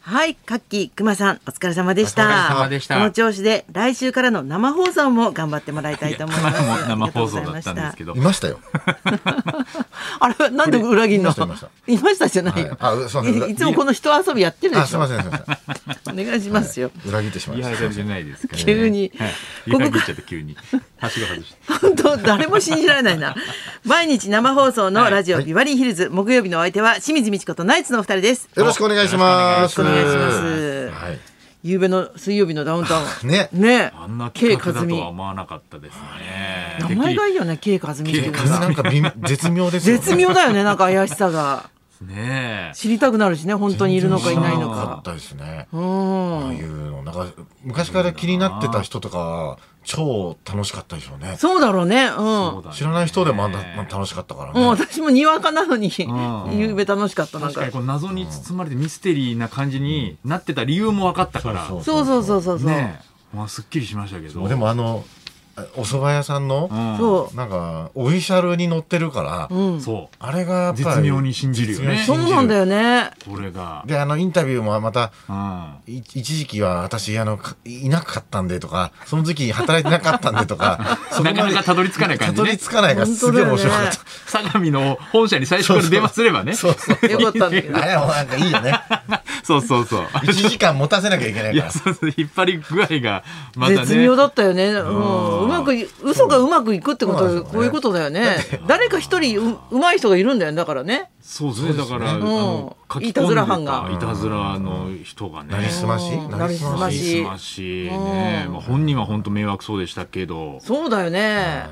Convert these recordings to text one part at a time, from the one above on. はい、カッキー、くまさん、お疲れ様でした。お疲れ様でしたこの調子で、来週からの生放送も頑張ってもらいたいと思いこのます。間も生放送だったんですけど。どい。ましたよ。あれ、なんで裏切んの。いましたいましたいましたじゃないはよい。あそうなんだいいつもこの人遊びやってるであ、しすみょません、すみません。お願いしますよ。はい裏切ってしまいリまハーしサルた。じゃないですからね。急にはい。ここリハ切っちゃって急に。はしご外して。本当誰も信じられない な毎日生放送のラジオビバリーヒルズ、木曜日のお相手は清水美智子とナイツのお二人ですよろしくお願いしまよろす。しくお願いしますはい。夕べの水曜日のダウンタウンねねあんなえ K 企画和だとは美思わなかったですね。名前がいいよね K 和美っていうの風がなんか微絶妙ですよね。絶妙だよねなんか怪しさがねえ。知りたくなるしね本当にいるのかいないの知らなかかったですね。うああいんうのなんか昔から気になってた人とかは超楽しかったでしょうね。そうだろうねうんそうだね知らない人でもあんなまあ楽しかったからもうね。私もにわかなのにん夕べ楽しかったなん確かかにこう謎に包まれてミステリーな感じになってた理由も分かったから。そうそうそうそうそうそう、ねえ。まあすっきりしましたけど。でもあのあお蕎麦屋さんのうんそうなんかオフィシャルに載ってるから、うんそそあれがやっぱり絶妙に信じるよね絶妙にう信じるなんだよねう。これが。であのインタビューもまたうん。い一時期は私あのかいなかったんでとかその時期働いてなかったんで とかそこまでなかなかたどり着かない感じねたどり着かないからすげえ面白かっ本た相模の本社に最初から電話すればね。そうそうよかったんだけどあれはなんかいいよねそうそうそう。 1時間持たせなきゃいけないいかや、らそうそう引っ張り具合が、またね。絶妙だったよね。うんんうまくい、嘘がうまくいくってことそうなんは、ですよねこういうことだよね。誰か一人う、うまい人がいるんだよね、だからね。そうですね。だから、あうんの、書き込んでいたずら班がたいたずらの人がね。なりすましうんなりすなまりしすすましね。まあ、本人は本当迷惑そうでしたけど。そうだよね。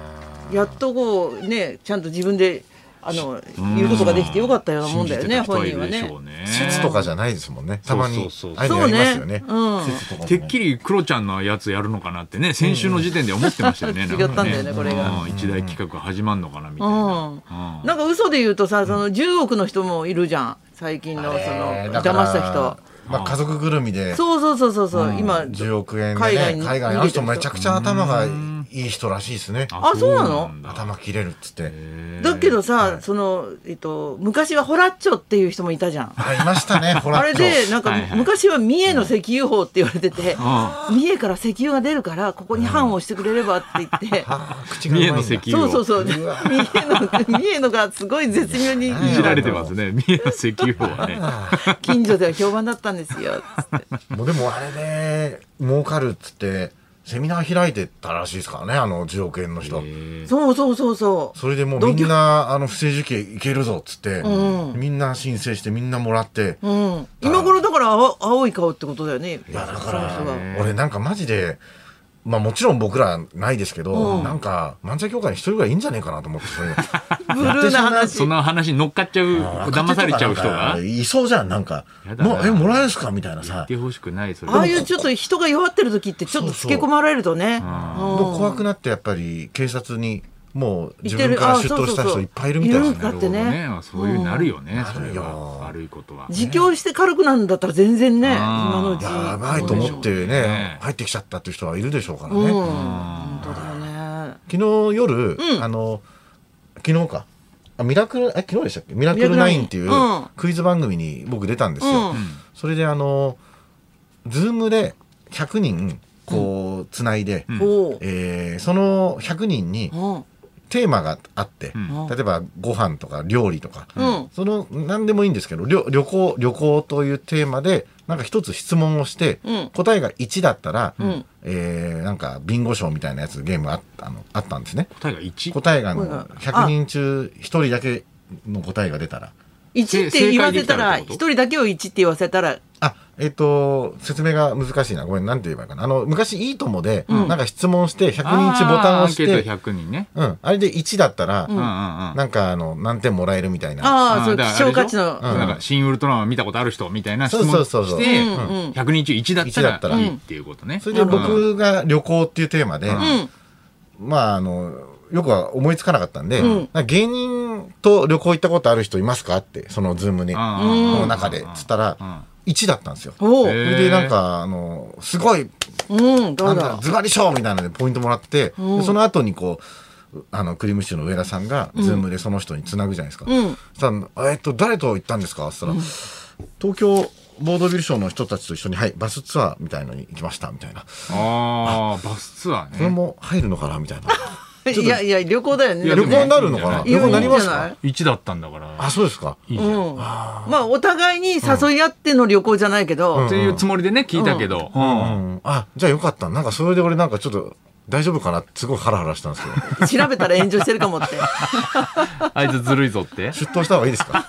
やっとこう、ね、ちゃんと自分で、あの、言うことができてよかったようなもんだよね、本人はね。説とかじゃないですもんねたまにそうそうそうああいうのそあうりますねよね。うん。説とかもてっきりクロちゃんのやつやるのかなってね先週の時点で思ってましたよね 違なかったんだよねこれがうん一大企画が始まるのかなみたいうんなうんなんか嘘で言うとさ、その10億の人もいるじゃん。最近の、その、えー騙だからした人。まあ家族ぐるみでそうそうそうそうそう、今。 10億円で海外ねに海外逃あげのて人る人めちゃくちゃ頭がいい人らしいですねあそうなのんだ頭切れるっつってへーだけどさ、その、えっと、昔はホラッチョっていう人もいたじゃん。あいましたねほらあれでなんかはいはい昔は三重の石油法って言われててあ三重から石油が出るからここに判をしてくれればって言ってあー口がう三ま重いんのだ石油そうをそうそう三うわ重の三重のがすごい絶妙に いじられてますね三重の石油王はね近所では評判だったんですよつってもうでもあれで儲かるっつってセミナー開いてたらしいですからねあの10億円の人、そうそうそうそうそれでもうみんなあの不正受給いけるぞっつって、うみんな申請してみんなもらって、うん今頃だから青青い顔ってことだよねいやだかその人がら俺なんかマジでまあもちろん僕らないですけど、なんか漫才協会に一人ぐらいいいんじゃねえかなと思って それブルーな話その話に乗っかっちゃう騙されちゃう人なんがかいそうじゃんなんかやだなもうえもらえるっすかみたいな言っさてほしくないそれああいうちょっと人が弱ってる時ってちょっとつけ込まれるとねもう怖くくなってやっぱり警察にもう自分から出頭した人いっぱいいるみたいですねだってねなるほどまあそういうなるよねそるよれは悪いことは自供して軽くなんだったら全然ねん今のうちやばいと思ってねね、入ってきちゃったっていう人はいるでしょうからうん、ね。本当だね。昨日夜、あの、昨日か。あミラクル、え、昨日でしたっけミラクルナインっていううんクイズ番組に僕出たんですうんよ。それであの、ズームで100人、こう、つないで、んおうえーその100人にうんテーマがあって、ん例えばご飯とか料理とか、うんその何でもいいんですけど旅旅行旅行というテーマでなんか一つ質問をして、うん答えが1だったら、んえーなんかビンゴ賞みたいなやつゲームあったあのあったんですね答えが一答えがあのこれが100人中1人だけの答えが出たら1って言わせたら正解できたらって一こと人だけを1って言わせたらあえっ、と説明が難しいなごめんなんて言えばいいかなあの昔「いいともで」なんか質問して100人中ボタンを押しあーアンケてート100人ねうん、あれで1だったら、うんうんうんなんかあの何点もらえるみたいな。ああそうだから希少価値のあれでしょなんか、新ウルトラマン見たことある人みたいな質問そうそうそうそうして、うんうん100人中1だ一だっったたららいいっていうことね。それでうん、僕が旅行っていうテーマで、うんまああの、よくは思いつかなかったんで、なんか芸人と旅行行ったことある人いますかって、そのズームに、こうんの中で、つったら、1だったんですよ。そおうえれでなんか、あの、すごい、うんどなうんだろだう、ズバリ賞みたいなのでポイントもらって、でその後にこう、あの、クリームシチューの上田さんが、ズームでその人につなぐじゃないですか。うんそしたらえっと、誰と行ったんですかって言ったら、東京ボードビル賞の人たちと一緒に、はい、バスツアーみたいのに行きましたみたいな、ああバスツアこれーねも入るのかなみたいな。いやいや旅行だよねいや旅でも行になるのかなで旅行になりまいいすんじゃなかい1だったんだからあ、そうですか。いいじゃ、うんん、まあお互いに誘い合っての旅行じゃないけど、っていうつもりでね聞いたけど、うんうん。あ、じゃあよかった。なんかそれで俺なんかちょっと大丈夫かなってすごいハラハラしたんですけど。調べたら炎上してるかもってあいつずるいぞって出頭した方がいいですか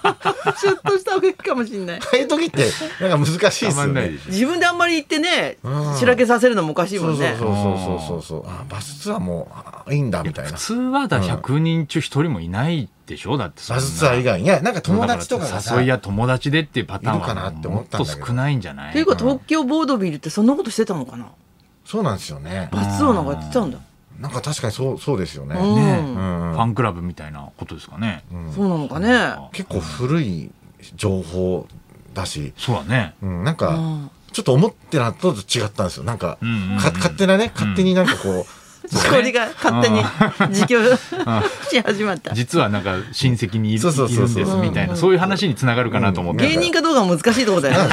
シュッとした方がいいかもしれないああいう時って、なんか難しいでたすまよんないねで。しょ自分であんまり行ってねうんしらけさせるのもおかしいもそうんそねうそうそうそうそう。あ、バスツアーもあいいんだみたい普な。通はだ100人中1人もいないでしょだってそんバなスツアー以外にね、なんか友達とかだがらさ誘いや友達でっていうパターンいるかなはっても思っったんとだけど少ないんじゃないというか東京ボードビルってそんなことしてたのかなそうなんですよね。バスツアーなんかやってたんだなんか確かにそう、そうですよね。うん、ねうんファンクラブみたいなことですかね、そうなのかね結構古い情報だし、そうだねうん、なんうか、んちょっと思ってたのと違ったんですよ。なんか、うんうんうんか勝手なね、勝手になんかこう、 しこりが勝手に自供し始まった実はなんか親戚にいるそうそういそるうんそうですみたいなそういう話につながるかなと思って、芸人かどうか難しいとこだよね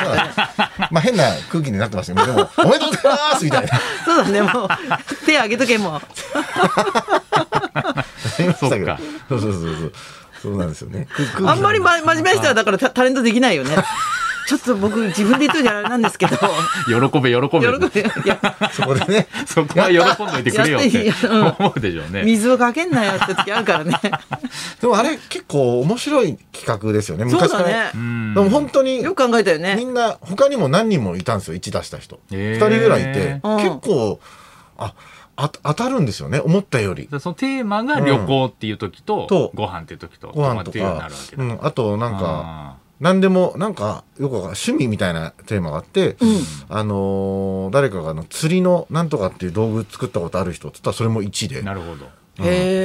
まあ変な空気になってますよね。でも、おめでとうございますみたいな。そうだね もう手挙げとけもうなりましたけどそっかそうそうそうそう。そうなんですよね。くあんまり、ま、真面目な人はだからタタレントできないよね。ちょっと僕自分で言っといてあれなんですけど、 喜べ喜喜べべ、いや、そこでね。そこは喜んどいてくれよやってっていいようん思うでしょうね水をかけんなよって時ある からね。でもあれ結構面白い企画ですよね。そう昔からだうね。んでも本当によ、く考えたよみね。んな、他にも何人もいたんですよ。1出した人。へー2人ぐらいいて、うん結構、あ、あ当たるんですよね。思ったよりだか。らそのテーマが旅行っていう時と、とご飯っていう時とご飯とかとっていうのになかるわけ、だ、うん、あとなんか、あ何でも、なんか、よくわかんない趣味みたいなテーマがあって、あのー誰かがあの釣りのなんとかっていう道具作ったことある人って言ったらそれも1でー。なるほどへえあ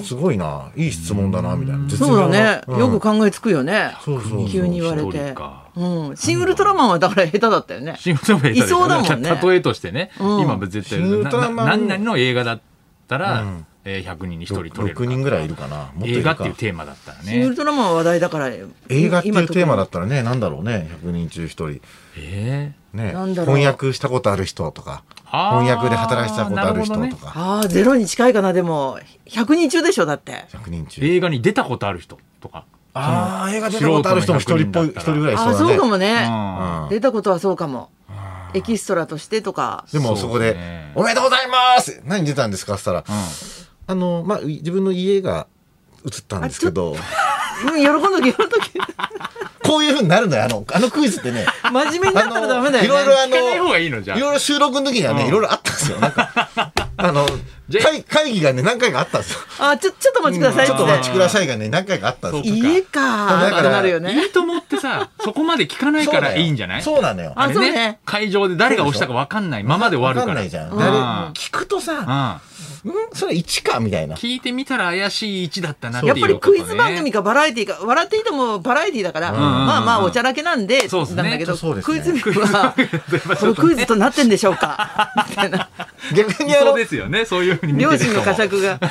ー。すごいな。いい質問だな、みたいな。絶妙そうなだね。よく、考えつくよね。うんそうそう急に言われ一人てか。うん。シンウルトラマンはだから下手だったよね。シン・ウルトラマンいそうだもんね例えとしてね、うん今絶対シンウルトラマなン何々の映画だったら、うんえー100人に1人取れるか6人ぐらいいるかな。もっとい映る画っかていうテーマだったらシンウルねトラマンは話題だから。映画っていうテーマだっったらね、なんだろうね。100人中1人。えーねなんだろう翻訳したことある人とか、あー翻訳で働いてたことある人なとるほどか、ああ、ゼロに近いかな、でも。100人中でしょ、だって。 100人中。映画に出たことある人とか、ああ、映画出たことある人も1人っぽい、素人の100人だったら一人ぐらいああ、だそうかもうね。んうん出たことはそうかも。エキストラとしてとか。でもそこそうねで、おめでとうございます何出たんですかって言ったら、あの、まあ、自分の家が映ったんですけど、うん、喜んどき、喜んど き。こういうふうになるのよ。あの、あのクイズっ てね。真面目になったらダメだよね。いろいろあ聞かない方の、がいいのじゃあいろいろ収録の時にはね、うんいろいろあったんですよ。な んか、あの、じゃあ会会議がね、何回かあったんですよ。あ、ちょ、ちょっとお待ちくださいちょっとおっ待ちくださいがね、何回かあったんですそよ。うて。家か。だからなるよねい。いともってさ、そこまで聞かないからいいんじゃないそうなのよ。ああれそうね会場で誰が押したか分かんないままで終わわるかかんら。ないじゃん。う誰ん聞くとさ、うんんそれ1かみたいな。聞いてみたら怪しい位置だったなっていやうっこと、ぱね。りクイズ 番組かバラエティか、笑っていいともバラエティだから、うんまあまあおちゃらけなんで、そうですねなんだけど、そうですクイねズ番組 は、こ れクイズとなってんでしょうかみたいな。逆にあそうの、ですよね。そういうふうに見て両る親人のも。呵責が。 2、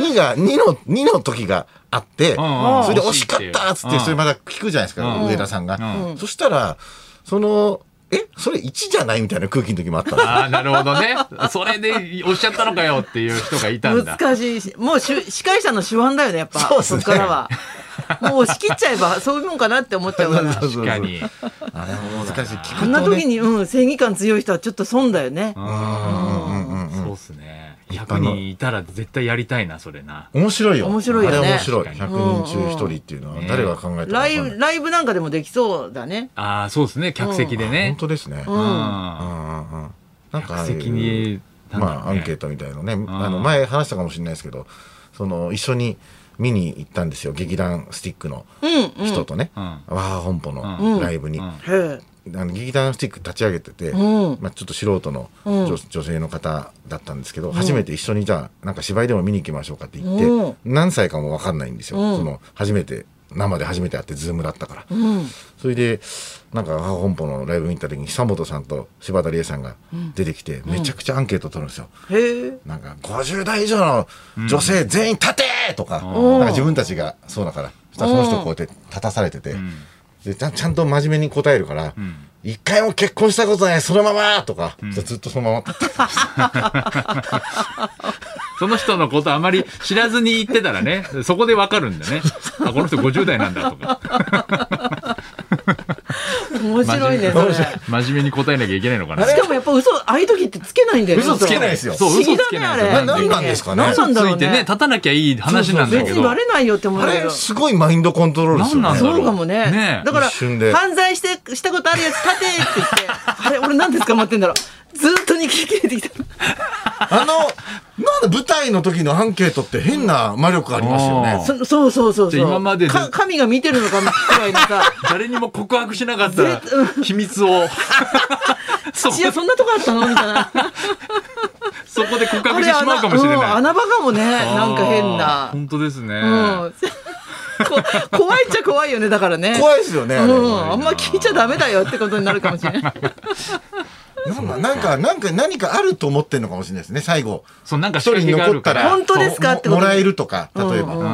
二が、2の、二の時があって、うんうんそれで惜しかったっつっうて、んそれまだ聞くじゃないですか、うん上田さんうが。そしたら、その、えそれ1じゃないみたいな空気の時もあったの。ああ、なるほどね。それでおっしゃったのかよっていう人がいたんだ。難しいし、もうしゅ司会者の手腕だよね、やっぱ。そうですねっからは。もう押し切っちゃえば、そういうもんかなって思っちゃうから。そうそうそう 確かに。あれも難しい。聞くあんなとね時に、うん、正義感強い人はちょっと損だよね。うんうんうんそうっすね。100人いたら絶対やりたいな、それな。面白いよ。面白いよねあれ面白い。確100かに人中1人っていうのは誰が考えたかわラかんイないブ、ライブなんかでもできそうだね。ああ、そうですね。客席で本ね。当ですね。んううんん。うんうん。なん客かああいう席に、なんだろうねまあ、アンケートみたいのね、んあの前話したかもしれないですけど、その一緒に見に行ったんですよ、劇団スティックのうん、うん。人とね、うんわあ本舗うのライブに、うんへえ。あの劇団スティック立ち上げてて、うんまあ、ちょっと素人のうん女,、女性の方だったんですけど、初めて一緒にじゃあなんか芝居でも見に行きましょうかって言って、うん何歳かも分かんないんですよ、うんその初めて生で初めて会ってズームだったから。うん。それでなんか母本舗のライブに行った時に久本さんと柴田理恵さんが出てきて、めちゃくちゃアンケート取るんですよ。へえ。なんか50代以上の女性全員立てとか,、んなんか自分たちがそうだからそしたらその人こうやって立たされてて、んででちゃんちゃんと真面目に答えるから、ん一回も結婚したことないそのままとか、じゃあずっとそのままその人のことあまり知らずに言ってたらね、 そこでわかるんだね。あ、この人50代なんだとか。面白いねそれし真面目に答えなきゃいけないのかな。かもやっぱ嘘ああいう時ってつけないんだよね嘘つけないですよ不思嘘議つだけねなあいれな何なんですかね何なんだろ嘘うついてね、ね立たなきゃいい話なんだけ別にどバ。レないよって思うあんだけれどすごいマインドコントロールです何よなんねだろそうかもねねえだから一瞬で犯罪してしたことあるやつ立てって言ってあれ俺何ですか待ってんだろうずーっと逃げ切れてきたあのなんで舞台の時のアンケートって変な魔力ありますよねうそんそうそうそうそうじゃあ今まででか神が見てるのかみたいなさ誰にも告白しなかった秘 密を。 そいやそそんなとこあったのみたいなこで告白してしまうかもしれあれない。穴うん穴場かもねなんか変あーな本当ですね。うんこ怖いっちゃ怖いよねだからね怖いですよね、あれうん、あんま聞いちゃダメだよってことになるかもし れない。なんかなんかなんか何かあると思ってんのかもしれないですね最後そう、なんか一仕人掛けがあ残るったからら。本当ですかそうってこともらえるとか例えば、ううんん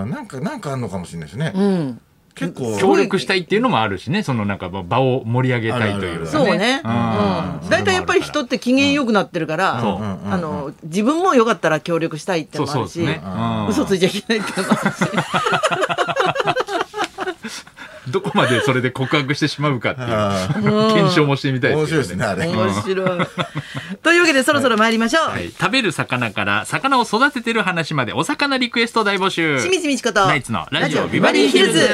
うんなんかなんかあるのかもしれないですね、うん、結構協力したいっていうのもあるしね、そのなんか場を盛り上げたいというか、ね。そうね。うんうん大体やっぱり人って機嫌良くなってるから、そうあの自分も良かったら協力したいってそのうもあそうるですし、ね。うん嘘ついちゃいけないってのもあるし、どこまでそれで告白してしまうかってあーいう検証もしてみたいで面す白いよですねあれ、面白い。というわけでそろそろ参りましょう。はい、食べる魚から魚を育ててる話までお魚リクエスト大募集清水美智子とナイツのラジオビバリーヒルズ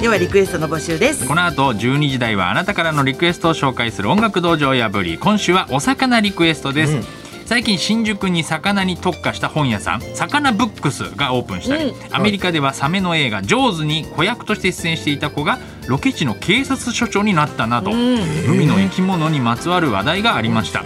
ではリクエストの募集ですこの後12時台はあなたからのリクエストを紹介する音楽道場を破り今週はお魚リクエストです、うん最近新宿に魚に特化した本屋さん魚ブックスがオープンしたり、アメリカではサメの映画「ジョーズ」に子役として出演していた子がロケ地の警察署長になったなど、海の生き物にまつわる話題がありました、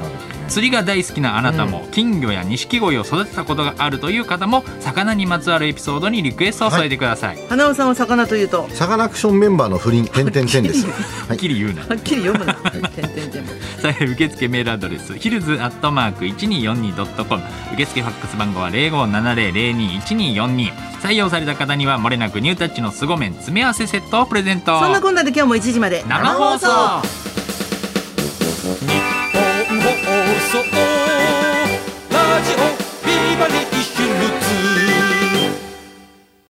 釣りが大好きなあなたも、金魚や錦鯉を育てたことがあるという方も魚にまつわるエピソードにリクエストを添えてください、花尾さんは魚というとサガナクションメンバーの不倫点点点ですははっいきり言うなはっきり読むな。てんてんてんさあ受付メールアドレスヒルズアットマーク 1242.com 受付ファックス番号は0570021242採用された方にはもれなくニュータッチの凄麺詰め合わせセットをプレゼントそんなこんなで今日も1時まで生放日送本放送ラジオビバリー